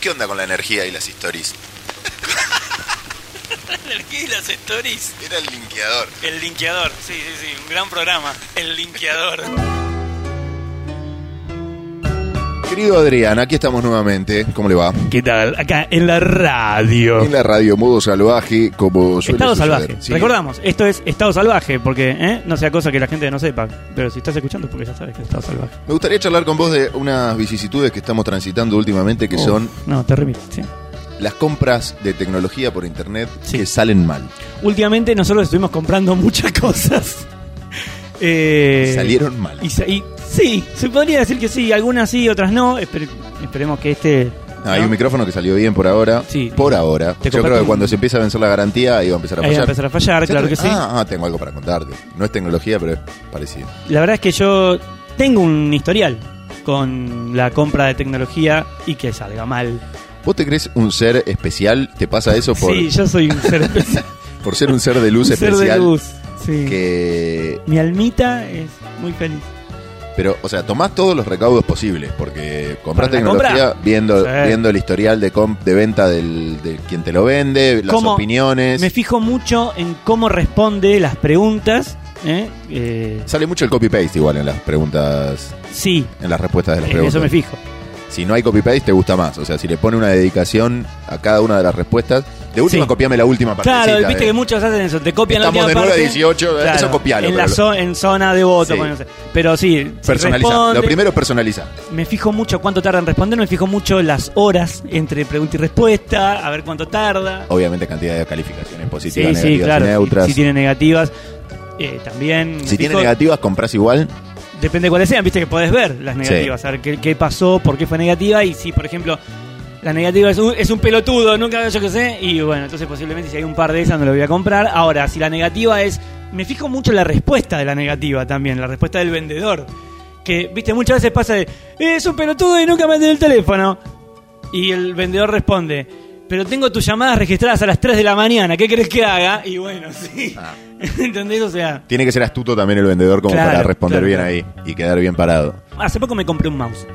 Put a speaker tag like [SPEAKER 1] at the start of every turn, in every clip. [SPEAKER 1] ¿Qué onda con la energía y las stories?
[SPEAKER 2] La energía y las stories.
[SPEAKER 1] Era el linkeador.
[SPEAKER 2] El linkeador, sí, sí, sí, un gran programa. El linkeador.
[SPEAKER 1] Querido Adrián, aquí estamos nuevamente. ¿Cómo le va?
[SPEAKER 3] ¿Qué tal? Acá en la radio.
[SPEAKER 1] En la radio Modo Salvaje, como suele
[SPEAKER 3] Estado
[SPEAKER 1] suceder,
[SPEAKER 3] salvaje.
[SPEAKER 1] ¿sí?
[SPEAKER 3] Recordamos, esto es Estado salvaje, porque ¿eh? no sea cosa que la gente no sepa. Pero si estás escuchando, es porque ya sabes que es Estado salvaje.
[SPEAKER 1] Me gustaría charlar con vos de unas vicisitudes que estamos transitando últimamente, que
[SPEAKER 3] Uf,
[SPEAKER 1] son
[SPEAKER 3] Oh, No, terrible. Sí.
[SPEAKER 1] las compras de tecnología por internet
[SPEAKER 3] Sí.
[SPEAKER 1] que salen mal.
[SPEAKER 3] Últimamente nosotros estuvimos comprando muchas cosas. Eh,
[SPEAKER 1] Salieron mal.
[SPEAKER 3] Y, sa- y- sí, se podría decir que sí, algunas sí, otras no. Espere- esperemos que este.
[SPEAKER 1] Ah, Hay
[SPEAKER 3] ¿no?
[SPEAKER 1] un micrófono que salió bien por ahora.
[SPEAKER 3] Sí.
[SPEAKER 1] Por ahora.
[SPEAKER 3] Te
[SPEAKER 1] Yo
[SPEAKER 3] compraste
[SPEAKER 1] creo que
[SPEAKER 3] un-
[SPEAKER 1] cuando se empieza a vencer la garantía, iba a empezar a
[SPEAKER 3] Ahí
[SPEAKER 1] fallar.
[SPEAKER 3] va a empezar a fallar,
[SPEAKER 1] ¿Ya
[SPEAKER 3] claro
[SPEAKER 1] te-
[SPEAKER 3] que sí.
[SPEAKER 1] Ah, ah, tengo algo para contarte. No es tecnología, pero es parecido.
[SPEAKER 3] La verdad es que yo tengo un historial con la compra de tecnología y que salga mal.
[SPEAKER 1] ¿Vos te crees un ser especial? ¿Te pasa eso por,
[SPEAKER 3] Sí, yo soy un ser especial.
[SPEAKER 1] por ser un ser de luz
[SPEAKER 3] un ser
[SPEAKER 1] especial?
[SPEAKER 3] de luz. Sí.
[SPEAKER 1] Que,
[SPEAKER 3] Mi almita es muy feliz.
[SPEAKER 1] pero, o sea, tomás todos los recaudos posibles, porque compras
[SPEAKER 3] ¿Para la
[SPEAKER 1] tecnología viendo,
[SPEAKER 3] Sí.
[SPEAKER 1] viendo el historial de, comp- de venta del, de quien te lo vende, las
[SPEAKER 3] ¿Cómo?
[SPEAKER 1] opiniones.
[SPEAKER 3] Me fijo mucho en cómo responde las preguntas. ¿eh? Eh,
[SPEAKER 1] Sale mucho el copy-paste igual en las preguntas,
[SPEAKER 3] sí,
[SPEAKER 1] en las respuestas de las
[SPEAKER 3] en
[SPEAKER 1] preguntas.
[SPEAKER 3] eso me fijo.
[SPEAKER 1] si no hay copy-paste, te gusta más. O sea, si le pone una dedicación a cada una de las respuestas, de última
[SPEAKER 3] Sí.
[SPEAKER 1] copiame la última partecita.
[SPEAKER 3] Claro, viste
[SPEAKER 1] de-
[SPEAKER 3] que muchos hacen eso, te copian
[SPEAKER 1] Estamos
[SPEAKER 3] la
[SPEAKER 1] de
[SPEAKER 3] última
[SPEAKER 1] 9 a
[SPEAKER 3] parte.
[SPEAKER 1] 18, eh,
[SPEAKER 3] Claro,
[SPEAKER 1] eso copialo,
[SPEAKER 3] En,
[SPEAKER 1] pero
[SPEAKER 3] la
[SPEAKER 1] lo-
[SPEAKER 3] zo- en zona de voto,
[SPEAKER 1] Sí.
[SPEAKER 3] bueno, no sé. pero sí, si
[SPEAKER 1] Personalizar.
[SPEAKER 3] responde-
[SPEAKER 1] Lo primero es personalizar.
[SPEAKER 3] Me fijo mucho cuánto tarda en responder, me fijo mucho las horas entre pregunta y respuesta, a ver cuánto tarda.
[SPEAKER 1] Obviamente cantidad de calificaciones
[SPEAKER 3] sí,
[SPEAKER 1] positivas,
[SPEAKER 3] sí,
[SPEAKER 1] negativas,
[SPEAKER 3] claro. si-
[SPEAKER 1] neutras.
[SPEAKER 3] Si, tiene negativas, eh, también. me
[SPEAKER 1] Si tiene
[SPEAKER 3] fijo.
[SPEAKER 1] negativas, compras igual.
[SPEAKER 3] Depende de cuáles sean, viste que podés ver las negativas, a ver qué, qué pasó, por qué fue negativa y si, por ejemplo, la negativa es un, es un pelotudo, nunca yo qué sé, y bueno, entonces posiblemente si hay un par de esas no lo voy a comprar. Ahora, si la negativa es, me fijo mucho en la respuesta de la negativa también, la respuesta del vendedor, que, viste, muchas veces pasa de, "Eh, es un pelotudo y nunca me atendió el teléfono. Y el vendedor responde, pero tengo tus llamadas registradas a las 3 de la mañana, ¿qué querés que haga? Y bueno, sí.
[SPEAKER 1] Ah.
[SPEAKER 3] ¿Entendés? O sea,
[SPEAKER 1] Tiene que ser astuto también el vendedor como
[SPEAKER 3] Claro,
[SPEAKER 1] para responder
[SPEAKER 3] claro,
[SPEAKER 1] bien
[SPEAKER 3] claro.
[SPEAKER 1] ahí y quedar bien parado.
[SPEAKER 3] hace poco me compré un mouse.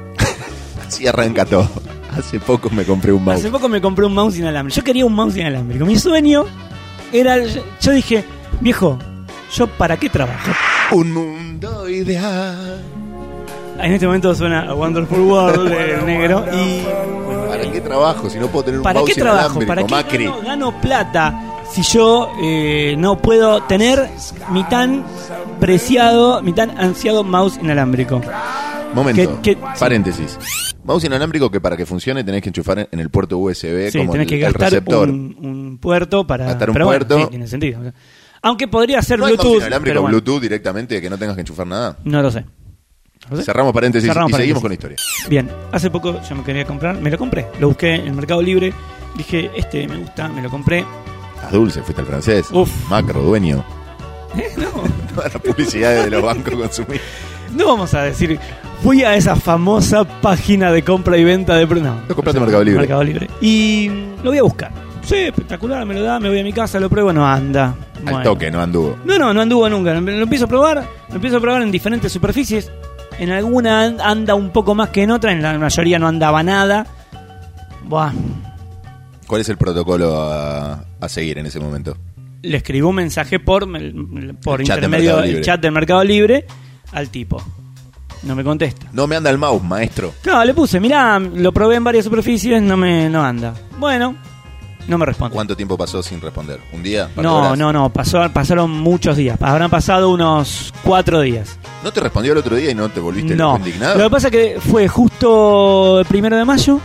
[SPEAKER 1] Así arranca todo. Hace poco me compré un mouse.
[SPEAKER 3] Hace poco me compré un mouse inalámbrico. Yo quería un mouse inalámbrico. Mi sueño era. Yo, yo dije, viejo, ¿yo para qué trabajo?
[SPEAKER 1] Un mundo ideal.
[SPEAKER 3] En este momento suena A Wonderful World del negro. Y. bueno,
[SPEAKER 1] ¿Para qué trabajo si no puedo tener un
[SPEAKER 3] ¿Para
[SPEAKER 1] mouse
[SPEAKER 3] qué trabajo?
[SPEAKER 1] inalámbrico,
[SPEAKER 3] ¿Para qué
[SPEAKER 1] Macri?
[SPEAKER 3] gano, gano plata si yo eh, no puedo tener mi tan preciado, mi tan ansiado mouse inalámbrico?
[SPEAKER 1] Momento.
[SPEAKER 3] ¿Qué- qué-
[SPEAKER 1] Paréntesis. Mouse inalámbrico que para que funcione tenés que enchufar en- en el puerto USB
[SPEAKER 3] Sí,
[SPEAKER 1] como
[SPEAKER 3] tenés
[SPEAKER 1] el,
[SPEAKER 3] que
[SPEAKER 1] el
[SPEAKER 3] gastar
[SPEAKER 1] receptor.
[SPEAKER 3] un, un puerto para.
[SPEAKER 1] Gastar un
[SPEAKER 3] pero bueno,
[SPEAKER 1] puerto.
[SPEAKER 3] sí, tiene sentido. Aunque podría ser
[SPEAKER 1] ¿No hay mouse
[SPEAKER 3] Bluetooth.
[SPEAKER 1] inalámbrico
[SPEAKER 3] pero bueno,
[SPEAKER 1] Bluetooth directamente que no tengas que enchufar nada?
[SPEAKER 3] No lo sé. No lo sé.
[SPEAKER 1] Cerramos paréntesis
[SPEAKER 3] Cerramos
[SPEAKER 1] y seguimos con la
[SPEAKER 3] paréntesis.
[SPEAKER 1] historia.
[SPEAKER 3] Bien, hace poco yo me quería comprar, me lo compré. Lo busqué en Mercado Libre, dije, este me gusta, me lo compré.
[SPEAKER 1] Estás dulce, fuiste al francés.
[SPEAKER 3] Uf.
[SPEAKER 1] Macro, dueño.
[SPEAKER 3] Eh, No,
[SPEAKER 1] Todas las publicidades de los bancos consumí.
[SPEAKER 3] no vamos a decir, fui a esa famosa página de compra y venta de... pro- No,
[SPEAKER 1] Lo compraste en Mercado Libre.
[SPEAKER 3] Mercado Libre. Y mm, lo voy a buscar. Sí, espectacular, me lo da, me voy a mi casa, lo pruebo, no anda. Bueno.
[SPEAKER 1] Al toque, no anduvo.
[SPEAKER 3] No, no, no anduvo nunca. Lo lo empiezo a probar, lo empiezo a probar en diferentes superficies. En alguna an- anda un poco más que en otra, en la mayoría no andaba nada. Buah,
[SPEAKER 1] ¿Cuál es el protocolo a, a seguir en ese momento?
[SPEAKER 3] le escribí un mensaje por, me- por
[SPEAKER 1] El chat de
[SPEAKER 3] intermedio
[SPEAKER 1] Mercado
[SPEAKER 3] del
[SPEAKER 1] Libre.
[SPEAKER 3] chat de Mercado Libre al tipo. No me contesta.
[SPEAKER 1] No me anda el mouse, maestro.
[SPEAKER 3] Claro, le puse, mirá, lo probé en varias superficies, no me no anda. Bueno, no me responde.
[SPEAKER 1] ¿Cuánto tiempo pasó sin responder? ¿Un día? ¿Par de
[SPEAKER 3] No,
[SPEAKER 1] horas?
[SPEAKER 3] no, no, pasó, pasaron muchos días. Habrán pasado unos cuatro días.
[SPEAKER 1] ¿No te respondió el otro día y no te volviste
[SPEAKER 3] No.
[SPEAKER 1] loco indignado?
[SPEAKER 3] Lo que pasa que fue justo el primero de mayo.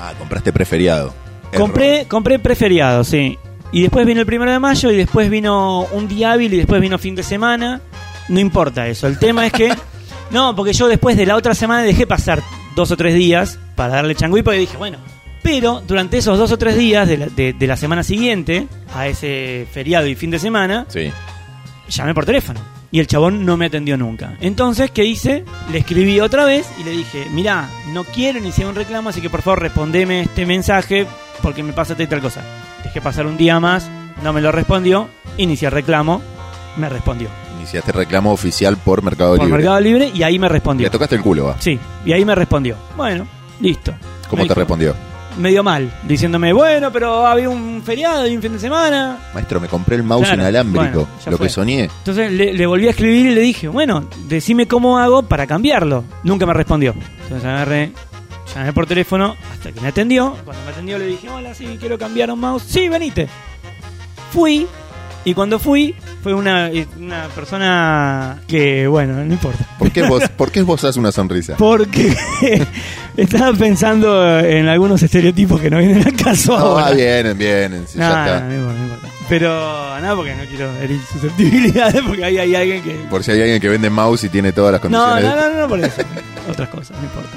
[SPEAKER 1] Ah, compraste preferiado. Error.
[SPEAKER 3] Compré, compré preferiado, sí. Y después vino el primero de mayo, y después vino un día hábil, y después vino fin de semana. No importa eso. El tema es que. No, porque yo después de la otra semana dejé pasar dos o tres días para darle changüí, porque dije, bueno. Pero durante esos dos o tres días de la, de- de la semana siguiente, a ese feriado y fin de semana,
[SPEAKER 1] Sí.
[SPEAKER 3] llamé por teléfono. Y el chabón no me atendió nunca. Entonces, ¿qué hice? Le escribí otra vez y le dije, mirá, no quiero iniciar un reclamo, así que por favor respondeme este mensaje porque me pasa tal y tal cosa. Dejé pasar un día más, no me lo respondió, inicié el reclamo, me respondió.
[SPEAKER 1] Iniciaste reclamo oficial por Mercado
[SPEAKER 3] por
[SPEAKER 1] Libre.
[SPEAKER 3] Mercado Libre y ahí me respondió.
[SPEAKER 1] Le tocaste el culo, va.
[SPEAKER 3] Sí, y ahí me respondió. Bueno, listo.
[SPEAKER 1] ¿Cómo
[SPEAKER 3] Me
[SPEAKER 1] te
[SPEAKER 3] dijo,
[SPEAKER 1] respondió?
[SPEAKER 3] medio mal, diciéndome, bueno, pero había un feriado y un fin de semana.
[SPEAKER 1] Maestro, me compré el mouse
[SPEAKER 3] Claro,
[SPEAKER 1] inalámbrico,
[SPEAKER 3] bueno, ya
[SPEAKER 1] lo
[SPEAKER 3] fue.
[SPEAKER 1] que soñé.
[SPEAKER 3] Entonces le, le volví a escribir y le dije, bueno, decime cómo hago para cambiarlo. Nunca me respondió. Entonces agarré, llamé por teléfono hasta que me atendió. Cuando me atendió le dije, hola, sí, quiero cambiar un mouse. Sí, venite. Fui y cuando fui fue una, eh, una persona que, bueno, no importa.
[SPEAKER 1] ¿Por qué vos, ¿por qué vos haces una sonrisa?
[SPEAKER 3] Porque estaba pensando en algunos estereotipos que no vienen al caso.
[SPEAKER 1] No,
[SPEAKER 3] ahora.
[SPEAKER 1] ah, vienen, vienen, sí,
[SPEAKER 3] No,
[SPEAKER 1] ya
[SPEAKER 3] no,
[SPEAKER 1] está.
[SPEAKER 3] no importa, no importa. Pero nada, porque no quiero herir susceptibilidades, porque ahí hay alguien que...
[SPEAKER 1] Por si hay alguien que vende mouse y tiene todas las
[SPEAKER 3] No,
[SPEAKER 1] condiciones.
[SPEAKER 3] no, no, no, no por eso. Otras cosas, no importa.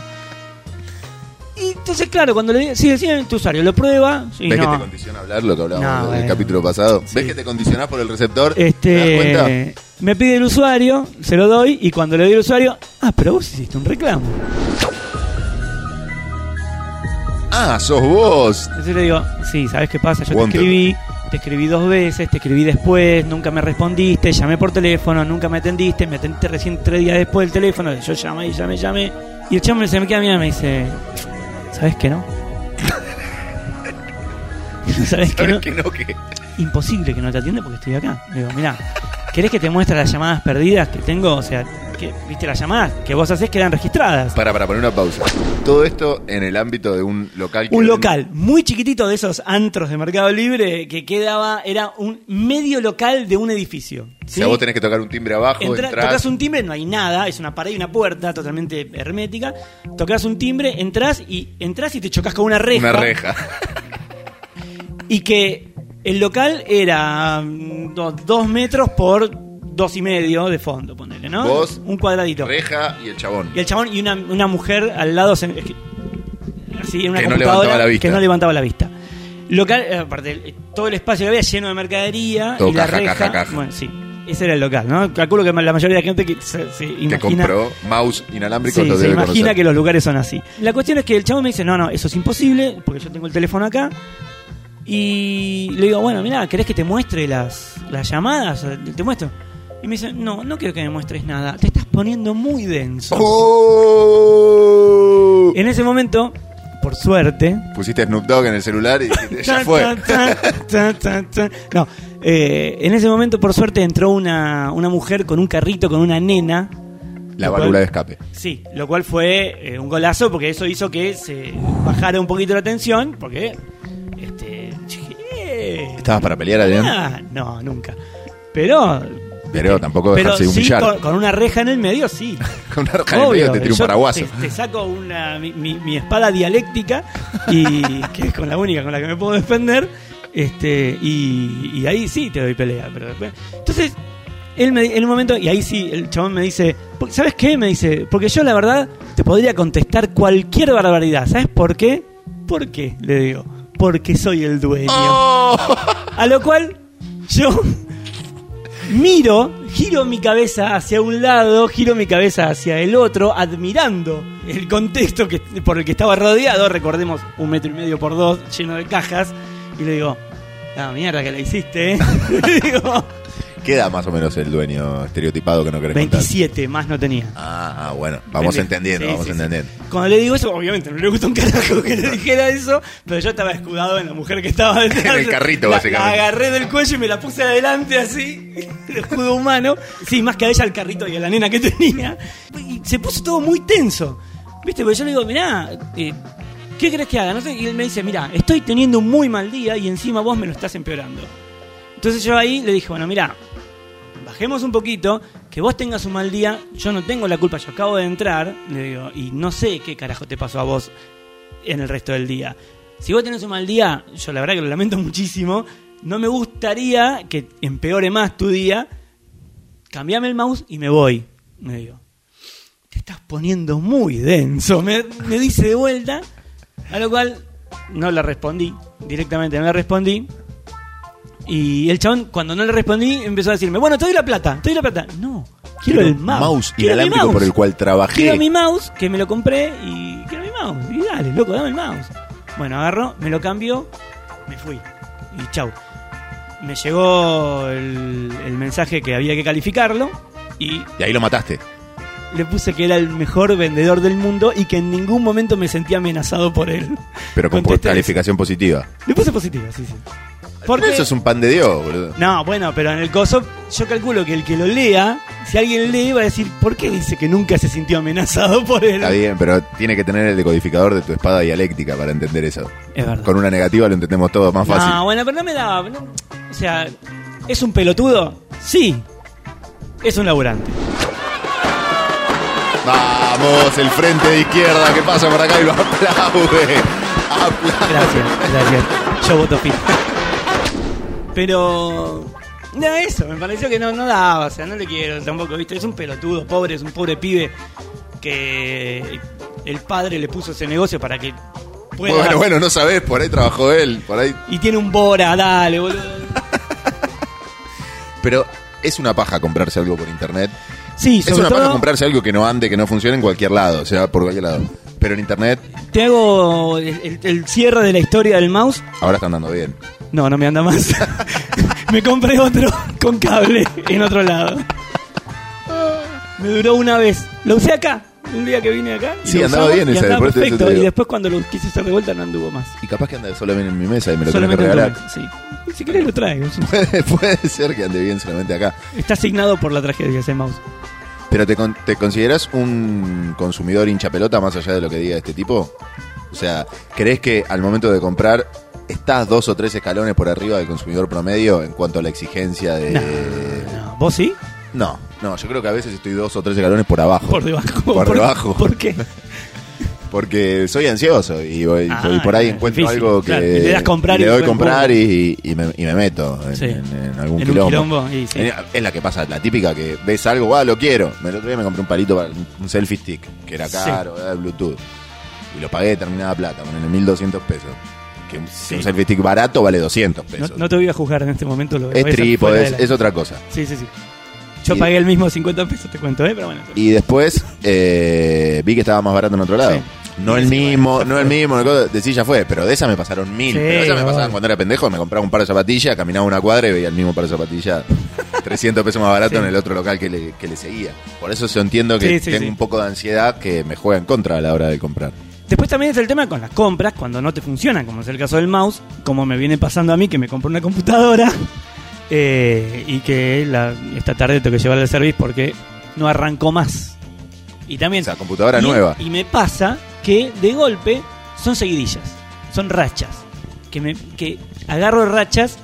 [SPEAKER 3] Y entonces, claro, cuando le digo, sí, decían tu usuario, lo prueba. Sí,
[SPEAKER 1] ¿Ves
[SPEAKER 3] no.
[SPEAKER 1] que te condiciona hablar lo que hablábamos
[SPEAKER 3] No,
[SPEAKER 1] en el
[SPEAKER 3] bueno.
[SPEAKER 1] capítulo pasado?
[SPEAKER 3] Sí.
[SPEAKER 1] ¿Ves que te condicionás por el receptor? ¿Te das cuenta?
[SPEAKER 3] Este, me pide el usuario, se lo doy y cuando le doy el usuario, ah, pero vos hiciste un reclamo.
[SPEAKER 1] Ah, sos vos.
[SPEAKER 3] Entonces le digo, sí, ¿sabes qué pasa? Yo
[SPEAKER 1] Wanted.
[SPEAKER 3] te escribí, te escribí dos veces, te escribí después, nunca me respondiste, llamé por teléfono, nunca me atendiste, me atendiste recién tres días después del teléfono, yo llamé y llamé, llamé. Y el chamo se me queda mirando y me dice, ¿sabes qué no? ¿Sabes qué
[SPEAKER 1] ¿Sabes
[SPEAKER 3] no?
[SPEAKER 1] que no? Que...
[SPEAKER 3] Imposible que no te atienda porque estoy acá. Le digo, mirá, ¿querés que te muestre las llamadas perdidas que tengo? O sea, que, ¿viste las llamadas que vos hacés quedan registradas?
[SPEAKER 1] Para, para, poner una pausa. Todo esto en el ámbito de un local. que
[SPEAKER 3] Un
[SPEAKER 1] vende-
[SPEAKER 3] local muy chiquitito de esos antros de Mercado Libre que quedaba, era un medio local de un edificio.
[SPEAKER 1] O
[SPEAKER 3] ¿sí?
[SPEAKER 1] sea, vos tenés que tocar un timbre abajo,
[SPEAKER 3] Entra-
[SPEAKER 1] entrás.
[SPEAKER 3] tocas un timbre, no hay nada, es una pared y una puerta totalmente hermética. Tocas un timbre, entras y entras y te chocas con una reja.
[SPEAKER 1] Una reja.
[SPEAKER 3] Y que el local era mm, do- dos metros por dos y medio de fondo, ponele, ¿no?
[SPEAKER 1] Vos,
[SPEAKER 3] un cuadradito.
[SPEAKER 1] reja y el chabón.
[SPEAKER 3] Y el chabón y una, una mujer al lado, se- es que- así en una
[SPEAKER 1] Que no
[SPEAKER 3] computadora
[SPEAKER 1] levantaba la vista.
[SPEAKER 3] que no levantaba la vista. Local, eh, aparte, el- todo el espacio que había lleno de mercadería
[SPEAKER 1] Todo
[SPEAKER 3] y la
[SPEAKER 1] caja,
[SPEAKER 3] reja.
[SPEAKER 1] caja, caja.
[SPEAKER 3] Bueno, sí, ese era el local, ¿no? Calculo que la mayoría de la gente que se, se imagina
[SPEAKER 1] que compró mouse inalámbrico
[SPEAKER 3] Sí,
[SPEAKER 1] lo
[SPEAKER 3] se
[SPEAKER 1] debe
[SPEAKER 3] imagina
[SPEAKER 1] conocer.
[SPEAKER 3] que los lugares son así. La cuestión es que el chavo me dice, no, no, eso es imposible, porque yo tengo el teléfono acá. Y le digo, bueno, mirá, ¿querés que te muestre las, las llamadas? Te muestro. Y me dice, no, no quiero que me muestres nada, te estás poniendo muy denso.
[SPEAKER 1] ¡Oh!
[SPEAKER 3] En ese momento, por suerte...
[SPEAKER 1] Pusiste Snoop Dogg en el celular y dijiste, ya
[SPEAKER 3] Tan,
[SPEAKER 1] fue.
[SPEAKER 3] tan, tan, tan, tan, tan. No, eh, en ese momento, por suerte, entró una, una mujer con un carrito, con una nena.
[SPEAKER 1] La válvula de escape.
[SPEAKER 3] Sí, lo cual fue eh, un golazo porque eso hizo que se bajara un poquito la tensión porque este dije, "Eh,
[SPEAKER 1] ¿Estabas para pelear, Adrián?
[SPEAKER 3] ah, no, nunca. Pero
[SPEAKER 1] Pero tampoco
[SPEAKER 3] pero
[SPEAKER 1] dejarse
[SPEAKER 3] sí,
[SPEAKER 1] humillar.
[SPEAKER 3] con, con una reja en el medio sí.
[SPEAKER 1] Con una reja en el
[SPEAKER 3] Obvio,
[SPEAKER 1] medio te tira un
[SPEAKER 3] yo
[SPEAKER 1] paraguaso.
[SPEAKER 3] Te, te saco una, mi, mi- mi espada dialéctica, y, que es con la única con la que me puedo defender, este, y, y ahí sí te doy pelea. Pero después, entonces, él me, di- en un momento, y ahí sí, el chabón me dice, "Po- ¿sabes qué? Me dice, porque yo la verdad te podría contestar cualquier barbaridad. ¿Sabes por qué? ¿Por qué? Le digo, porque soy el dueño.
[SPEAKER 1] ¡Oh!
[SPEAKER 3] A lo cual yo miro, giro mi cabeza hacia un lado, giro mi cabeza hacia el otro, admirando el contexto que, por el que estaba rodeado, recordemos un metro y medio por dos, lleno de cajas, y le digo, la mierda que la hiciste, ¿eh?". Le digo,
[SPEAKER 1] ¿Qué edad más o menos el dueño estereotipado que no querés contar?
[SPEAKER 3] 27 más no tenía.
[SPEAKER 1] Ah, ah, bueno, vamos
[SPEAKER 3] Entendí.
[SPEAKER 1] entendiendo,
[SPEAKER 3] Sí,
[SPEAKER 1] vamos
[SPEAKER 3] sí, sí.
[SPEAKER 1] entendiendo.
[SPEAKER 3] Cuando le digo eso, obviamente no le gusta un carajo que le dijera eso, pero yo estaba escudado en la mujer que estaba detrás.
[SPEAKER 1] En el carrito,
[SPEAKER 3] La-
[SPEAKER 1] básicamente.
[SPEAKER 3] La agarré del cuello y me la puse adelante así, el escudo humano. Sí, más que a ella, al carrito y a la nena que tenía. Y se puso todo muy tenso. ¿Viste? Porque yo le digo, mirá, eh, ¿qué crees que haga? No sé. Y él me dice, mirá, estoy teniendo un muy mal día y encima vos me lo estás empeorando. Entonces yo ahí le dije, bueno, mirá, bajemos un poquito, que vos tengas un mal día, yo no tengo la culpa, yo acabo de entrar, le digo, y no sé qué carajo te pasó a vos en el resto del día. Si vos tenés un mal día, yo la verdad que lo lamento muchísimo, no me gustaría que empeore más tu día, cambiame el mouse y me voy, me digo. Te estás poniendo muy denso, me, me dice de vuelta, a lo cual no le respondí, directamente no le respondí, y el chabón, cuando no le respondí, empezó a decirme, bueno, te doy la plata, te doy la plata. No, quiero, el mouse. quiero mi
[SPEAKER 1] inalámbrico
[SPEAKER 3] mouse.
[SPEAKER 1] por el cual
[SPEAKER 3] Quiero
[SPEAKER 1] trabajé.
[SPEAKER 3] mi mouse, que me lo compré y quiero mi mouse. Y dale, loco, dame el mouse. Bueno, agarró, me lo cambió, me fui. Y chau. Me llegó el, el mensaje que había que calificarlo y
[SPEAKER 1] Y ahí lo mataste.
[SPEAKER 3] le puse que era el mejor vendedor del mundo y que en ningún momento me sentía amenazado por él.
[SPEAKER 1] Pero con
[SPEAKER 3] Contesté eso.
[SPEAKER 1] calificación positiva.
[SPEAKER 3] Le puse positivo, sí, sí.
[SPEAKER 1] Por
[SPEAKER 3] Porque-
[SPEAKER 1] eso es un pan de Dios, boludo.
[SPEAKER 3] No, bueno, pero en el coso yo calculo que el que lo lea, si alguien lee va a decir, ¿por qué dice que nunca se sintió amenazado por él?
[SPEAKER 1] Está bien, pero tiene que tener el decodificador de tu espada dialéctica para entender eso.
[SPEAKER 3] Es verdad.
[SPEAKER 1] Con una negativa lo entendemos todo más fácil.
[SPEAKER 3] No, bueno, pero no me daba. no- o sea, ¿es un pelotudo? Sí. Es un laburante.
[SPEAKER 1] Vamos, el frente de izquierda que pasa por acá y lo aplaude. Aplaude.
[SPEAKER 3] Gracias, gracias. Yo voto fit. Pero. No, eso, me pareció que no, no daba, o sea, no le quiero tampoco, ¿viste? Es un pelotudo, pobre, es un pobre pibe que el padre le puso ese negocio para que pueda.
[SPEAKER 1] Bueno, bueno, no sabés, por ahí trabajó él, por ahí.
[SPEAKER 3] Y tiene un Bora, dale, boludo.
[SPEAKER 1] Pero es una paja comprarse algo por internet.
[SPEAKER 3] Sí,
[SPEAKER 1] Es
[SPEAKER 3] sobre
[SPEAKER 1] una paja
[SPEAKER 3] todo,
[SPEAKER 1] comprarse algo que no ande, que no funcione en cualquier lado, o sea, por cualquier lado. Pero en internet
[SPEAKER 3] te hago el- el- el cierre de la historia del mouse.
[SPEAKER 1] ahora está andando bien.
[SPEAKER 3] No, no me anda más. me compré otro con cable en otro lado. Me duró una vez. Lo usé acá, un día que vine acá. y
[SPEAKER 1] Sí,
[SPEAKER 3] lo
[SPEAKER 1] andaba
[SPEAKER 3] usaba
[SPEAKER 1] bien
[SPEAKER 3] y
[SPEAKER 1] ese,
[SPEAKER 3] andaba
[SPEAKER 1] por eso te
[SPEAKER 3] perfecto.
[SPEAKER 1] digo.
[SPEAKER 3] Y después cuando lo quise hacer de vuelta no anduvo más.
[SPEAKER 1] Y capaz que anda solamente en mi mesa y me lo tenés que
[SPEAKER 3] Solamente anduvo,
[SPEAKER 1] regalar.
[SPEAKER 3] sí. Si querés lo traigo. sí.
[SPEAKER 1] Puede, puede ser que ande bien solamente acá.
[SPEAKER 3] Está asignado por la tragedia ese mouse.
[SPEAKER 1] Pero te, con- te consideras un consumidor hincha pelota más allá de lo que diga este tipo? O sea, ¿crees que al momento de comprar estás dos o tres escalones por arriba del consumidor promedio en cuanto a la exigencia de...
[SPEAKER 3] No,
[SPEAKER 1] Eh.
[SPEAKER 3] no. ¿Vos sí?
[SPEAKER 1] No, no, yo creo que a veces estoy dos o tres escalones por abajo.
[SPEAKER 3] Por debajo.
[SPEAKER 1] Por debajo.
[SPEAKER 3] ¿Por qué?
[SPEAKER 1] Porque soy ansioso y, voy-
[SPEAKER 3] Ah,
[SPEAKER 1] y por ahí
[SPEAKER 3] es
[SPEAKER 1] encuentro
[SPEAKER 3] difícil,
[SPEAKER 1] algo que...
[SPEAKER 3] claro, y le das comprar
[SPEAKER 1] y
[SPEAKER 3] y
[SPEAKER 1] le doy
[SPEAKER 3] después
[SPEAKER 1] comprar y, y me, y me meto en,
[SPEAKER 3] Sí.
[SPEAKER 1] en- en algún
[SPEAKER 3] En un
[SPEAKER 1] quilombo.
[SPEAKER 3] quilombo, y sí.
[SPEAKER 1] En- Es la que pasa, la típica que ves algo, ah, lo quiero. El otro día me compré un palito para un selfie stick, que era
[SPEAKER 3] Sí.
[SPEAKER 1] caro, era de Bluetooth. Y lo pagué determinada plata, ponerle 1200 pesos. Que un,
[SPEAKER 3] Sí.
[SPEAKER 1] un selfie stick barato vale 200
[SPEAKER 3] No,
[SPEAKER 1] pesos.
[SPEAKER 3] no te voy a juzgar en este momento. Lo
[SPEAKER 1] es
[SPEAKER 3] voy a hacer
[SPEAKER 1] trípode,
[SPEAKER 3] fuera
[SPEAKER 1] es,
[SPEAKER 3] del
[SPEAKER 1] es otra cosa.
[SPEAKER 3] Sí, sí, sí. Yo
[SPEAKER 1] Y-
[SPEAKER 3] pagué el mismo 50 pesos, te cuento, ¿eh? Pero bueno.
[SPEAKER 1] Y después eh, vi que estaba más barato en otro lado.
[SPEAKER 3] Sí.
[SPEAKER 1] No el
[SPEAKER 3] Sí,
[SPEAKER 1] mismo, no el mismo, una cosa- decís ya fue, pero de esas me pasaron mil.
[SPEAKER 3] Sí,
[SPEAKER 1] pero de esas me pasaban
[SPEAKER 3] obvio.
[SPEAKER 1] cuando era pendejo, me compraba un par de zapatillas, caminaba una cuadra y veía el mismo par de zapatillas 300 pesos más barato
[SPEAKER 3] Sí.
[SPEAKER 1] en el otro local que le, que le seguía. Por eso yo entiendo que
[SPEAKER 3] Sí, sí,
[SPEAKER 1] tengo
[SPEAKER 3] sí.
[SPEAKER 1] un poco de ansiedad que me juega en contra a la hora de comprar.
[SPEAKER 3] Después también es el tema con las compras, cuando no te funcionan, como es el caso del mouse, como me viene pasando a mí que me compré una computadora eh, y que la- esta tarde tengo que llevarla al service porque no arrancó más. Y también...
[SPEAKER 1] O sea, computadora
[SPEAKER 3] y-
[SPEAKER 1] nueva.
[SPEAKER 3] Y me pasa que de golpe son seguidillas, son rachas, que, me, que agarro rachas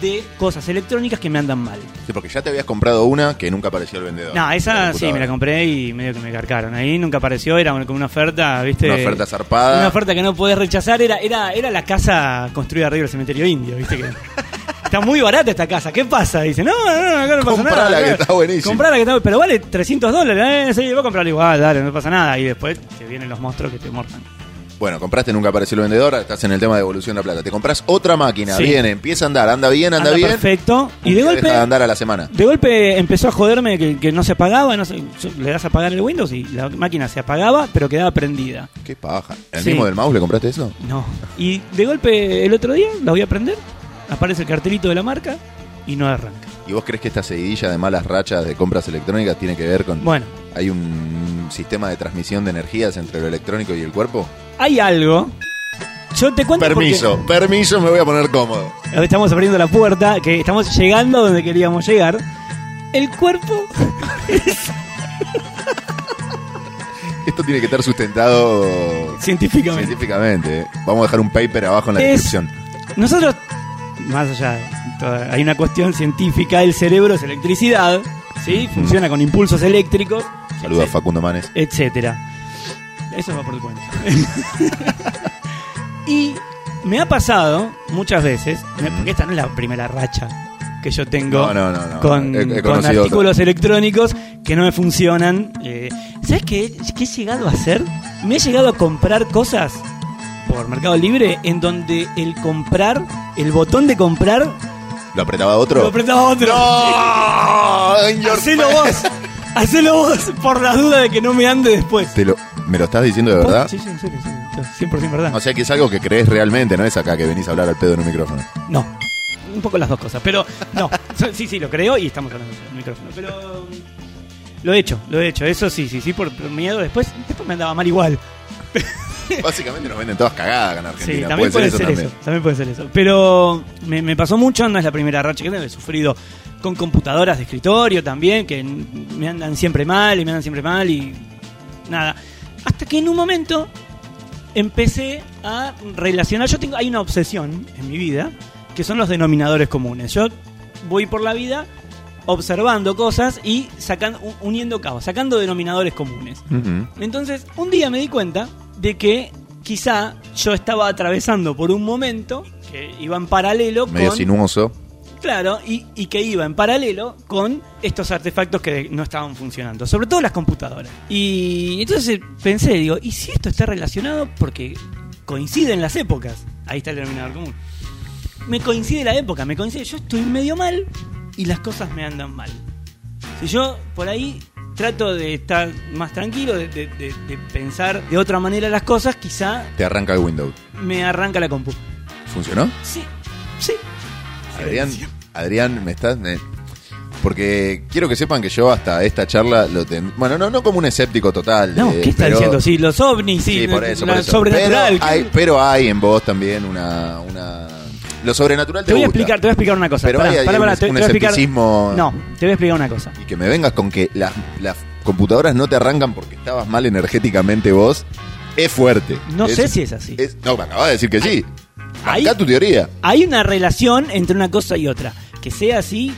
[SPEAKER 3] de cosas electrónicas que me andan mal.
[SPEAKER 1] Sí, porque ya te habías comprado una que nunca apareció el vendedor.
[SPEAKER 3] No, esa sí, me la
[SPEAKER 1] computadora.
[SPEAKER 3] compré y medio que me carcaron. Ahí nunca apareció, era como una oferta, ¿viste?
[SPEAKER 1] Una oferta zarpada.
[SPEAKER 3] Una oferta que no podés rechazar era, era, era la casa construida arriba del cementerio indio, ¿viste? Que está muy barata esta casa, ¿qué pasa? Dice, no, no, no, acá no pasa
[SPEAKER 1] Comprala,
[SPEAKER 3] nada.
[SPEAKER 1] que
[SPEAKER 3] claro.
[SPEAKER 1] está buenísima.
[SPEAKER 3] Comprala que está pero vale 300 dólares, ¿eh? Sí, voy a comprarla igual, dale, no pasa nada. Y después te vienen los monstruos que te morfan.
[SPEAKER 1] Bueno, compraste, nunca apareció el vendedor, ahora estás en el tema de evolución de la plata. Te compras otra máquina,
[SPEAKER 3] Sí.
[SPEAKER 1] viene, empieza a andar, anda bien, anda, bien.
[SPEAKER 3] perfecto.
[SPEAKER 1] un
[SPEAKER 3] Y de
[SPEAKER 1] día
[SPEAKER 3] golpe,
[SPEAKER 1] Deja de andar a la semana.
[SPEAKER 3] de golpe empezó a joderme que, que no se apagaba, no se- yo- le das a apagar el Windows y la máquina se apagaba, pero quedaba prendida.
[SPEAKER 1] Qué paja. ¿El
[SPEAKER 3] Sí.
[SPEAKER 1] mismo del mouse le compraste eso?
[SPEAKER 3] No. Y de golpe el otro día la voy a prender, aparece el cartelito de la marca y no arranca.
[SPEAKER 1] ¿Y vos crees que esta seguidilla de malas rachas de compras electrónicas tiene que ver con.
[SPEAKER 3] Bueno,
[SPEAKER 1] Hay un sistema de transmisión de energías entre lo electrónico y el cuerpo?
[SPEAKER 3] hay algo. Yo te cuento.
[SPEAKER 1] Permiso, permiso, me voy a poner cómodo.
[SPEAKER 3] porque estamos abriendo la puerta, que estamos llegando a donde queríamos llegar. El cuerpo es
[SPEAKER 1] Esto tiene que estar sustentado
[SPEAKER 3] científicamente.
[SPEAKER 1] científicamente. ¿eh? Vamos a dejar un paper abajo en la
[SPEAKER 3] Es-
[SPEAKER 1] descripción.
[SPEAKER 3] Nosotros, más allá, de toda- hay una cuestión científica. El cerebro es electricidad, ¿sí?
[SPEAKER 1] Mm.
[SPEAKER 3] Funciona con impulsos eléctricos.
[SPEAKER 1] Saludos a Facundo Manes.
[SPEAKER 3] etcétera. Eso va por tu cuenta. y me ha pasado muchas veces, me- porque esta no es la primera racha que yo tengo
[SPEAKER 1] No, no, no, no.
[SPEAKER 3] con,
[SPEAKER 1] Ah, He- he
[SPEAKER 3] con
[SPEAKER 1] conocido
[SPEAKER 3] artículos electrónicos que no me funcionan. eh. ¿Sabes qué, qué he llegado a hacer? Me he llegado a comprar cosas por Mercado Libre en donde el comprar, el botón de comprar,
[SPEAKER 1] ¿Lo apretaba otro?
[SPEAKER 3] lo apretaba otro.
[SPEAKER 1] ¡No! In your
[SPEAKER 3] Hacelo vos. Hacelo vos por la duda de que no me ande después.
[SPEAKER 1] Te lo- ¿Me lo estás diciendo de verdad?
[SPEAKER 3] Sí, sí, en serio, sí, 100% verdad.
[SPEAKER 1] O sea que es algo que crees realmente, no es acá que venís a hablar al pedo en un micrófono.
[SPEAKER 3] No. Un poco las dos cosas, pero no. So- Sí, sí, lo creo y estamos hablando del micrófono. Pero um, Lo he hecho, lo he hecho. Eso sí, sí, sí, por, por miedo. Después, después me andaba mal igual.
[SPEAKER 1] Básicamente nos venden todas cagadas acá en Argentina.
[SPEAKER 3] Sí, también puede, ser, eso, también. puede ser eso. Pero me, me pasó mucho, no es la primera racha que tengo, he sufrido con computadoras de escritorio también, que me andan siempre mal y me andan siempre mal y nada. Hasta que en un momento empecé a relacionar, yo tengo, hay una obsesión en mi vida, que son los denominadores comunes. Yo voy por la vida observando cosas y sacando, uniendo cabos, sacando denominadores comunes.
[SPEAKER 1] Ujú.
[SPEAKER 3] Entonces, un día me di cuenta de que quizá yo estaba atravesando por un momento que iba en paralelo
[SPEAKER 1] Medio
[SPEAKER 3] con...
[SPEAKER 1] sinuoso.
[SPEAKER 3] Claro, y, y que iba en paralelo con estos artefactos que no estaban funcionando, sobre todo las computadoras. Y entonces pensé, digo, ¿y si esto está relacionado? Porque coinciden las épocas. Ahí está el denominador común. Me coincide la época, me coincide. Yo estoy medio mal y las cosas me andan mal. Si yo por ahí trato de estar más tranquilo, de, de- de- de pensar de otra manera las cosas, quizá
[SPEAKER 1] Te arranca el Windows.
[SPEAKER 3] me arranca la compu.
[SPEAKER 1] ¿Funcionó?
[SPEAKER 3] Sí, sí.
[SPEAKER 1] Adrián, Adrián, me estás. me- Porque quiero que sepan que yo hasta esta charla lo ten... Bueno, no, no como un escéptico total.
[SPEAKER 3] No,
[SPEAKER 1] eh,
[SPEAKER 3] ¿qué está
[SPEAKER 1] pero-
[SPEAKER 3] diciendo? Sí, los ovnis, sí,
[SPEAKER 1] Sí, por eso,
[SPEAKER 3] la
[SPEAKER 1] por eso.
[SPEAKER 3] sobrenatural.
[SPEAKER 1] Pero hay, pero hay en vos también una. una... Lo sobrenatural te,
[SPEAKER 3] te voy a
[SPEAKER 1] gusta.
[SPEAKER 3] explicar, te voy a explicar una cosa.
[SPEAKER 1] Pero
[SPEAKER 3] Pará,
[SPEAKER 1] hay ahí
[SPEAKER 3] pará,
[SPEAKER 1] un-
[SPEAKER 3] pará, te,
[SPEAKER 1] un
[SPEAKER 3] te voy a explicar-
[SPEAKER 1] escepticismo-
[SPEAKER 3] No, te voy a explicar una cosa.
[SPEAKER 1] Y que me vengas con que las, las computadoras no te arrancan porque estabas mal energéticamente vos, es fuerte.
[SPEAKER 3] No sé si es así.
[SPEAKER 1] es- no, me acabas de decir que sí.
[SPEAKER 3] Ahí-
[SPEAKER 1] Acá tu teoría.
[SPEAKER 3] Hay una relación entre una cosa y otra. Que sea así,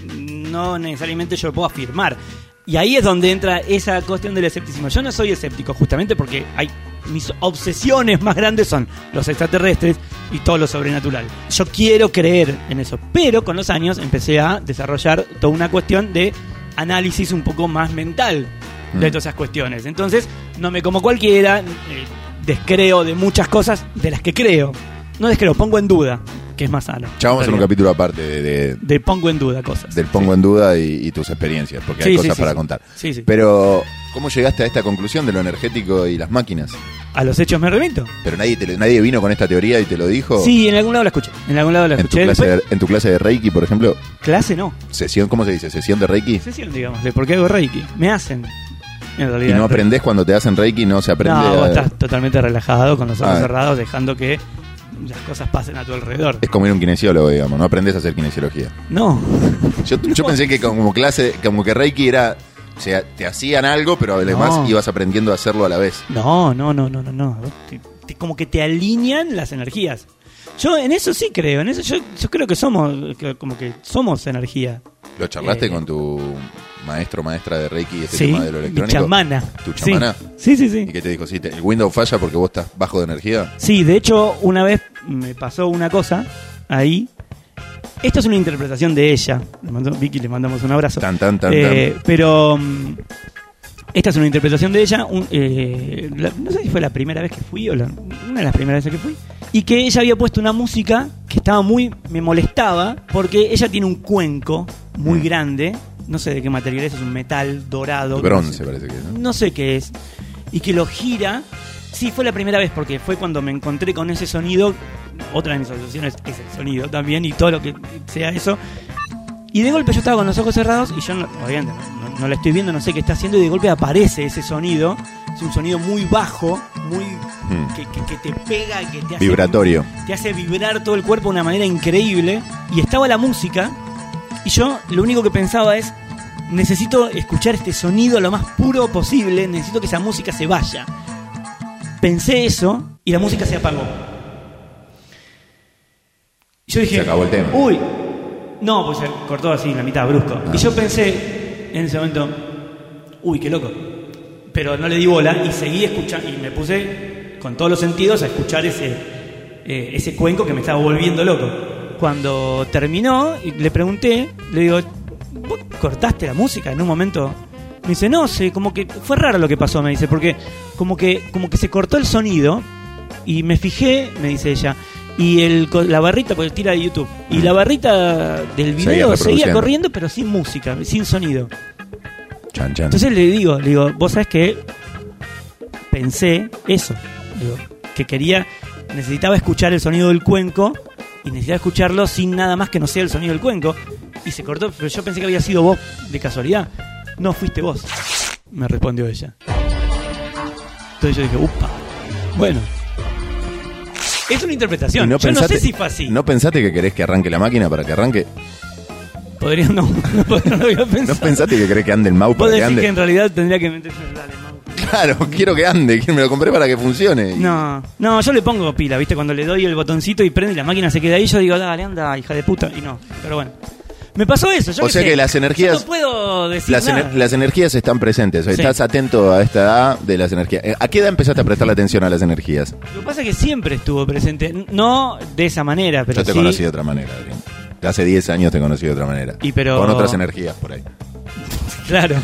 [SPEAKER 3] no necesariamente yo lo puedo afirmar. Y ahí es donde entra esa cuestión del escepticismo. Yo no soy escéptico, justamente porque hay mis obsesiones más grandes son los extraterrestres y todo lo sobrenatural. Yo quiero creer en eso, pero con los años empecé a desarrollar toda una cuestión de análisis un poco más mental de
[SPEAKER 1] Mm.
[SPEAKER 3] todas esas cuestiones. Entonces, no me como cualquiera, eh, descreo de muchas cosas de las que creo. No descreo, pongo en duda, que es más sano.
[SPEAKER 1] Ya vamos a hacer un
[SPEAKER 3] En realidad.
[SPEAKER 1] capítulo aparte de- de,
[SPEAKER 3] De pongo en duda cosas.
[SPEAKER 1] del pongo en duda y, y tus experiencias, porque hay
[SPEAKER 3] Sí, sí,
[SPEAKER 1] cosas
[SPEAKER 3] sí,
[SPEAKER 1] para
[SPEAKER 3] sí.
[SPEAKER 1] contar.
[SPEAKER 3] Sí, sí.
[SPEAKER 1] Pero, ¿cómo llegaste a esta conclusión de lo energético y las máquinas?
[SPEAKER 3] ¿A los hechos me remito?
[SPEAKER 1] Pero nadie te, lo- nadie vino con esta teoría y te lo dijo.
[SPEAKER 3] Sí, en algún lado la escuché. En algún lado la
[SPEAKER 1] Oh. En tu,
[SPEAKER 3] escuché.
[SPEAKER 1] clase
[SPEAKER 3] Después-
[SPEAKER 1] de, en tu clase de Reiki, por ejemplo,
[SPEAKER 3] clase no.
[SPEAKER 1] sesión, ¿cómo se dice? Sesión de Reiki.
[SPEAKER 3] Sesión, digamos, de por qué hago Reiki. Me hacen. En
[SPEAKER 1] Y
[SPEAKER 3] realidad.
[SPEAKER 1] no aprendés cuando te hacen Reiki, no se aprende.
[SPEAKER 3] No,
[SPEAKER 1] a-
[SPEAKER 3] vos estás totalmente relajado, con los ojos
[SPEAKER 1] Ah.
[SPEAKER 3] cerrados, dejando que las cosas pasen a tu alrededor.
[SPEAKER 1] Es como ir a un kinesiólogo, digamos, no aprendes a hacer kinesiología.
[SPEAKER 3] No.
[SPEAKER 1] Yo, yo pensé que como clase, como que Reiki era, o sea, te hacían algo, pero además
[SPEAKER 3] No.
[SPEAKER 1] ibas aprendiendo a hacerlo a la vez.
[SPEAKER 3] No, no, no, no, no, no. Te- te- como que te alinean las energías. Yo en eso sí creo, en eso yo, yo creo que somos, que- como que somos energía.
[SPEAKER 1] ¿Lo charlaste
[SPEAKER 3] Eh.
[SPEAKER 1] con tu maestro o maestra de Reiki este
[SPEAKER 3] sí,
[SPEAKER 1] tema de lo
[SPEAKER 3] mi
[SPEAKER 1] electrónico?
[SPEAKER 3] chamana.
[SPEAKER 1] ¿Tu
[SPEAKER 3] Sí.
[SPEAKER 1] chamana?
[SPEAKER 3] Sí, sí, sí.
[SPEAKER 1] Y que te dijo, sí, te- el Windows falla porque vos estás bajo de energía.
[SPEAKER 3] Sí, de hecho, una vez me pasó una cosa ahí. Esto es una interpretación de ella. Le mando- Vicky, le mandamos un abrazo.
[SPEAKER 1] Tan, tan, tan,
[SPEAKER 3] Eh, Pero mm, esta es una interpretación de ella. un- eh, la- no sé si fue la primera vez que fui o la- una de las primeras veces que fui. Y que ella había puesto una música que estaba muy. me molestaba porque ella tiene un cuenco muy
[SPEAKER 1] Mm.
[SPEAKER 3] grande. No sé de qué material es, es un metal dorado.
[SPEAKER 1] tan. De
[SPEAKER 3] no
[SPEAKER 1] bronce
[SPEAKER 3] sé
[SPEAKER 1] parece que es, ¿no?
[SPEAKER 3] no sé qué es, y que lo gira. Sí, fue la primera vez porque fue cuando me encontré con ese sonido. Otra de mis asociaciones es el sonido también y todo lo que sea eso. Y de golpe yo estaba con los ojos cerrados y yo no, obviamente, no, no la estoy viendo, no sé qué está haciendo y de golpe aparece ese sonido. Es un sonido muy bajo, muy
[SPEAKER 1] Mm.
[SPEAKER 3] que, que- que te pega, que te hace
[SPEAKER 1] Vibratorio.
[SPEAKER 3] te hace vibrar todo el cuerpo de una manera increíble. Y estaba la música, y yo lo único que pensaba es, necesito escuchar este sonido lo más puro posible, necesito que esa música se vaya. Pensé eso, y la música se apagó. Y Yo dije,
[SPEAKER 1] Se acabó el tema.
[SPEAKER 3] uy, no, pues se cortó así, en la mitad, brusco.
[SPEAKER 1] Ah.
[SPEAKER 3] Y yo pensé, en ese momento, uy, qué loco. Pero no le di bola y seguí escuchando, y me puse con todos los sentidos a escuchar ese, eh, ese cuenco que me estaba volviendo loco. Cuando terminó, y le pregunté, le digo, ¿vos cortaste la música en un momento? Me dice, no, sé, como que fue raro lo que pasó, me dice, porque como que, como que se cortó el sonido y me fijé, me dice ella, y el, co- la barrita, porque tira de YouTube, y la barrita
[SPEAKER 1] Seguía
[SPEAKER 3] del video seguía
[SPEAKER 1] reproduciendo.
[SPEAKER 3] corriendo, pero sin música, sin sonido.
[SPEAKER 1] Chan, chan.
[SPEAKER 3] Entonces le digo, le digo, vos sabés que pensé eso, digo, que quería, necesitaba escuchar el sonido del cuenco y necesitaba escucharlo sin nada más que no sea el sonido del cuenco. Y se cortó, pero yo pensé que había sido vos de casualidad. No fuiste vos. me respondió ella. Entonces yo dije, upa. Bueno. Es una interpretación.
[SPEAKER 1] Y
[SPEAKER 3] yo no sé si fue así.
[SPEAKER 1] ¿No pensaste que querés que arranque la máquina para que arranque?
[SPEAKER 3] Podría no, no, podría- no había
[SPEAKER 1] ¿No
[SPEAKER 3] pensado.
[SPEAKER 1] pensaste que querés que ande el mouse
[SPEAKER 3] Vos
[SPEAKER 1] para que
[SPEAKER 3] decís
[SPEAKER 1] ande?
[SPEAKER 3] que en realidad tendría que meterse en dale, Mau.
[SPEAKER 1] Claro, quiero que ande, que me lo compré para que funcione. Y-
[SPEAKER 3] No, no, yo le pongo pila, ¿viste? Cuando le doy el botoncito y prende y la máquina se queda ahí, yo digo, dale, anda, hija de puta. Y no, pero bueno. Me pasó eso, yo
[SPEAKER 1] O
[SPEAKER 3] qué
[SPEAKER 1] sea
[SPEAKER 3] sé.
[SPEAKER 1] que las energías-
[SPEAKER 3] Yo no puedo decir
[SPEAKER 1] Las,
[SPEAKER 3] nada.
[SPEAKER 1] ener- las energías están presentes.
[SPEAKER 3] Sí.
[SPEAKER 1] Estás atento a esta edad de las energías. Eh, ¿A qué edad empezaste a prestarle atención a las energías?
[SPEAKER 3] Lo que pasa es que siempre estuvo presente. n- No de esa manera, pero
[SPEAKER 1] Yo te
[SPEAKER 3] sí-
[SPEAKER 1] conocí de otra manera, Adrián. Hace 10 años te conocí de otra manera.
[SPEAKER 3] Y pero-
[SPEAKER 1] Con otras energías por ahí.
[SPEAKER 3] Claro.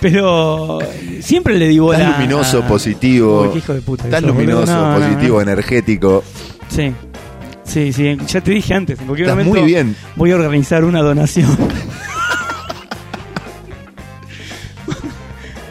[SPEAKER 3] Pero siempre le di bola.
[SPEAKER 1] Tan luminoso,
[SPEAKER 3] a-
[SPEAKER 1] positivo.
[SPEAKER 3] Ah. Uy, qué hijo de puta que
[SPEAKER 1] tan
[SPEAKER 3] sos, boludo.
[SPEAKER 1] luminoso,
[SPEAKER 3] No, no, no.
[SPEAKER 1] positivo, energético.
[SPEAKER 3] Sí. Sí, sí. Ya te dije antes, en cualquier
[SPEAKER 1] Estás
[SPEAKER 3] momento.
[SPEAKER 1] muy bien.
[SPEAKER 3] Voy a organizar una donación.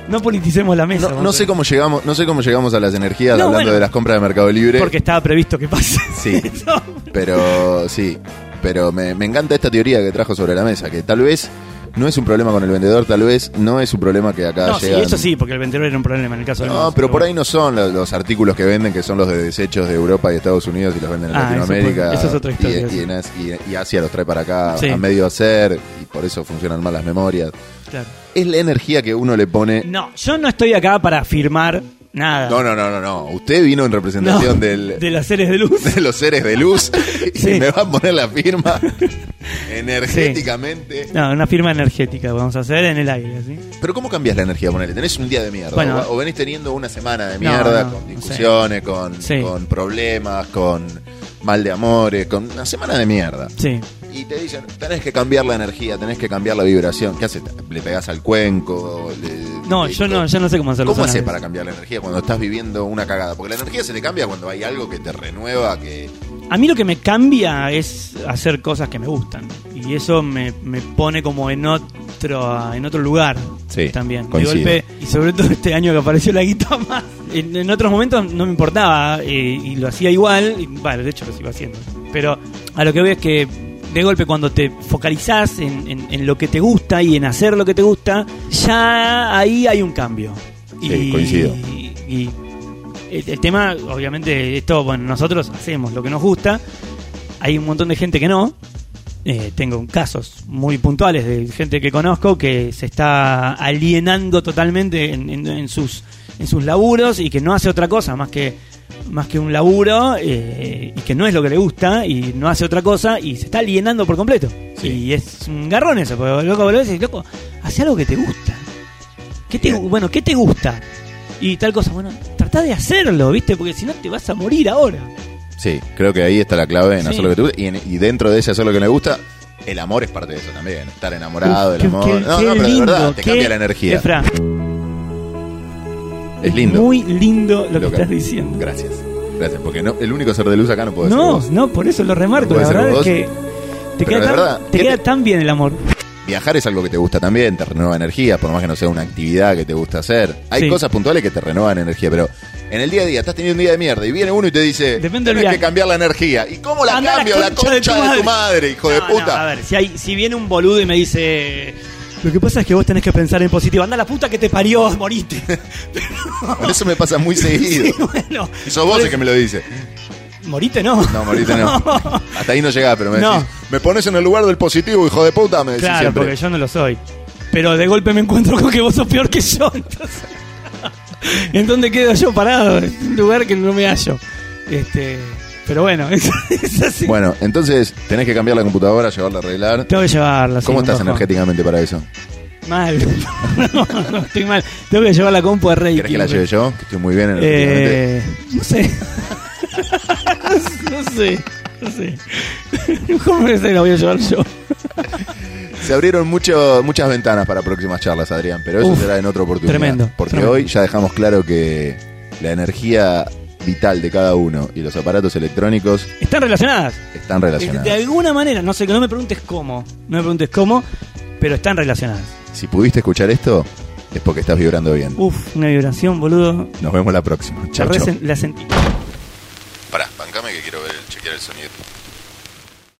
[SPEAKER 3] no politicemos la mesa.
[SPEAKER 1] No, no sé cómo llegamos, no sé cómo llegamos a las energías
[SPEAKER 3] No,
[SPEAKER 1] hablando
[SPEAKER 3] bueno.
[SPEAKER 1] de las compras de Mercado Libre.
[SPEAKER 3] Porque estaba previsto que pase.
[SPEAKER 1] Sí.
[SPEAKER 3] eso.
[SPEAKER 1] Pero sí, pero me, me encanta esta teoría que trajo sobre la mesa, que tal vez no es un problema con el vendedor, tal vez no es un problema que acá
[SPEAKER 3] No, sí,
[SPEAKER 1] Ah, llegan-
[SPEAKER 3] eso sí, porque el ventero era un problema en el caso de
[SPEAKER 1] No, pero por ahí no son los, los artículos que venden, que son los de desechos de Europa y Estados Unidos y los venden en
[SPEAKER 3] Ah, eso
[SPEAKER 1] Latinoamérica.
[SPEAKER 3] puede- eso es otra historia,
[SPEAKER 1] y- Y,
[SPEAKER 3] sí.
[SPEAKER 1] en As- y- y Asia los trae para acá
[SPEAKER 3] Sí.
[SPEAKER 1] a medio hacer y por eso funcionan mal las memorias.
[SPEAKER 3] Claro.
[SPEAKER 1] Es la energía que uno le pone.
[SPEAKER 3] No, yo no estoy acá para afirmar nada.
[SPEAKER 1] No, no, no, no, no. Usted vino en
[SPEAKER 3] No,
[SPEAKER 1] representación del,
[SPEAKER 3] de las seres de luz.
[SPEAKER 1] de los seres de luz y
[SPEAKER 3] Sí.
[SPEAKER 1] me va a poner la firma energéticamente.
[SPEAKER 3] No, una firma energética vamos a hacer en el aire, ¿sí?
[SPEAKER 1] Pero ¿cómo cambias la energía? Ponele, tenés un día de mierda.
[SPEAKER 3] Bueno.
[SPEAKER 1] o, o venís teniendo una semana de
[SPEAKER 3] No,
[SPEAKER 1] mierda
[SPEAKER 3] no,
[SPEAKER 1] con
[SPEAKER 3] no sé.
[SPEAKER 1] discusiones, con,
[SPEAKER 3] Sí.
[SPEAKER 1] con problemas, con mal de amores, con una semana de mierda.
[SPEAKER 3] Sí.
[SPEAKER 1] Y te dicen, tenés que cambiar la energía, tenés que cambiar la vibración. ¿Qué haces? ¿Le pegás al cuenco? Le-
[SPEAKER 3] No,
[SPEAKER 1] le-
[SPEAKER 3] yo no, yo no sé cómo hacerlo.
[SPEAKER 1] ¿Cómo
[SPEAKER 3] son
[SPEAKER 1] haces
[SPEAKER 3] las
[SPEAKER 1] para cambiar la energía cuando estás viviendo una cagada? Porque la energía se te cambia cuando hay algo que te renueva, que...
[SPEAKER 3] A mí lo que me cambia es hacer cosas que me gustan. Y eso me, me pone como en otro, en otro lugar
[SPEAKER 1] Sí,
[SPEAKER 3] también. De
[SPEAKER 1] coincido.
[SPEAKER 3] golpe, y sobre todo este año que apareció la guitarra. En, en otros momentos no me importaba eh, y lo hacía igual. Y, bueno, de hecho lo sigo haciendo. Pero a lo que veo es que de golpe cuando te focalizás en, en- en lo que te gusta y en hacer lo que te gusta, ya ahí hay un cambio.
[SPEAKER 1] Sí, coincido.
[SPEAKER 3] y el, el tema, obviamente, esto, bueno, nosotros hacemos lo que nos gusta. Hay un montón de gente que no. Eh, tengo casos muy puntuales de gente que conozco que se está alienando totalmente en, en- en sus, en sus laburos y que no hace otra cosa más que, más que un laburo eh, y que no es lo que le gusta y no hace otra cosa y se está alienando por completo.
[SPEAKER 1] Sí.
[SPEAKER 3] Y es un garrón eso, porque loco, volvés y decís, loco, hace algo que te gusta. ¿Qué te, gu- bueno, ¿qué te gusta? Y tal cosa, bueno, tratá de hacerlo, ¿viste? Porque si no te vas a morir ahora.
[SPEAKER 1] Sí, creo que ahí está la clave en
[SPEAKER 3] Sí.
[SPEAKER 1] hacer lo que te gusta. Y, en- y dentro de ese hacer lo que le gusta, el amor es parte de eso también. Estar enamorado,
[SPEAKER 3] Uf,
[SPEAKER 1] el
[SPEAKER 3] qué-
[SPEAKER 1] amor.
[SPEAKER 3] qué-
[SPEAKER 1] no,
[SPEAKER 3] qué
[SPEAKER 1] no, pero de
[SPEAKER 3] lindo,
[SPEAKER 1] verdad, te
[SPEAKER 3] qué-
[SPEAKER 1] cambia la energía.
[SPEAKER 3] Efra,
[SPEAKER 1] Es lindo.
[SPEAKER 3] Muy lindo lo que
[SPEAKER 1] Lo que-
[SPEAKER 3] estás diciendo.
[SPEAKER 1] Gracias. Gracias, porque no, el único ser de luz acá no puede ser
[SPEAKER 3] No,
[SPEAKER 1] vos.
[SPEAKER 3] no, por eso lo remarco.
[SPEAKER 1] Puede
[SPEAKER 3] La
[SPEAKER 1] ser
[SPEAKER 3] verdad es
[SPEAKER 1] vos.
[SPEAKER 3] que te,
[SPEAKER 1] Pero
[SPEAKER 3] queda
[SPEAKER 1] de
[SPEAKER 3] tan,
[SPEAKER 1] verdad,
[SPEAKER 3] te
[SPEAKER 1] ¿qué
[SPEAKER 3] queda
[SPEAKER 1] te-
[SPEAKER 3] tan bien el amor.
[SPEAKER 1] Viajar es algo que te gusta también, te renueva energía, por más que no sea una actividad que te gusta hacer. Hay
[SPEAKER 3] Sí.
[SPEAKER 1] cosas puntuales que te renovan energía, pero en el día a día estás teniendo un día de mierda y viene uno y te dice,
[SPEAKER 3] Depende del
[SPEAKER 1] tienes
[SPEAKER 3] viaje".
[SPEAKER 1] que cambiar la energía. ¿Y cómo la
[SPEAKER 3] Andá a
[SPEAKER 1] cambio? La concha, de, tu madre, hijo de
[SPEAKER 3] No, no,
[SPEAKER 1] puta.
[SPEAKER 3] a ver, si, hay, si viene un boludo y me dice. Lo que pasa es que vos tenés que pensar en positivo. Anda la puta que te parió, morite.
[SPEAKER 1] Por eso me pasa muy seguido.
[SPEAKER 3] Sí, bueno.
[SPEAKER 1] Y sos vos el que me lo dice.
[SPEAKER 3] Morite no.
[SPEAKER 1] No, Morita, no. Hasta ahí no llegás, pero me
[SPEAKER 3] No.
[SPEAKER 1] decís, me pones en el lugar del positivo, hijo de puta, me decís
[SPEAKER 3] Claro,
[SPEAKER 1] siempre.
[SPEAKER 3] porque yo no lo soy. Pero de golpe me encuentro con que vos sos peor que yo. Entonces, ¿En dónde quedo yo parado? En un lugar que no me hallo. Este, pero bueno, es, es así.
[SPEAKER 1] Bueno, entonces tenés que cambiar la computadora, llevarla a arreglar.
[SPEAKER 3] Tengo que llevarla. sí,
[SPEAKER 1] ¿Cómo
[SPEAKER 3] un
[SPEAKER 1] estás
[SPEAKER 3] bajón.
[SPEAKER 1] energéticamente para eso?
[SPEAKER 3] Mal. No, no, estoy mal. Tengo que llevar la compu a Reiki.
[SPEAKER 1] ¿Querés que la lleve yo? Que estoy muy bien energéticamente.
[SPEAKER 3] Eh, no sé. no sé. No sé. Mejor me parece que la voy a llevar yo.
[SPEAKER 1] Se abrieron mucho, muchas ventanas para próximas charlas, Adrián, pero eso
[SPEAKER 3] Uf,
[SPEAKER 1] será en otra oportunidad.
[SPEAKER 3] tremendo,
[SPEAKER 1] Porque
[SPEAKER 3] tremendo.
[SPEAKER 1] hoy ya dejamos claro que la energía vital de cada uno y los aparatos electrónicos
[SPEAKER 3] Están relacionadas.
[SPEAKER 1] están
[SPEAKER 3] De
[SPEAKER 1] relacionados.
[SPEAKER 3] alguna manera, no sé, no me preguntes cómo, no me preguntes cómo, pero están relacionadas.
[SPEAKER 1] Si pudiste escuchar esto, es porque estás vibrando bien.
[SPEAKER 3] Uf, una vibración, boludo.
[SPEAKER 1] Nos vemos la próxima.
[SPEAKER 3] La
[SPEAKER 1] Chao, chao.
[SPEAKER 3] resen- La sentí.
[SPEAKER 1] Pará, bancame que quiero ver, chequear el sonido.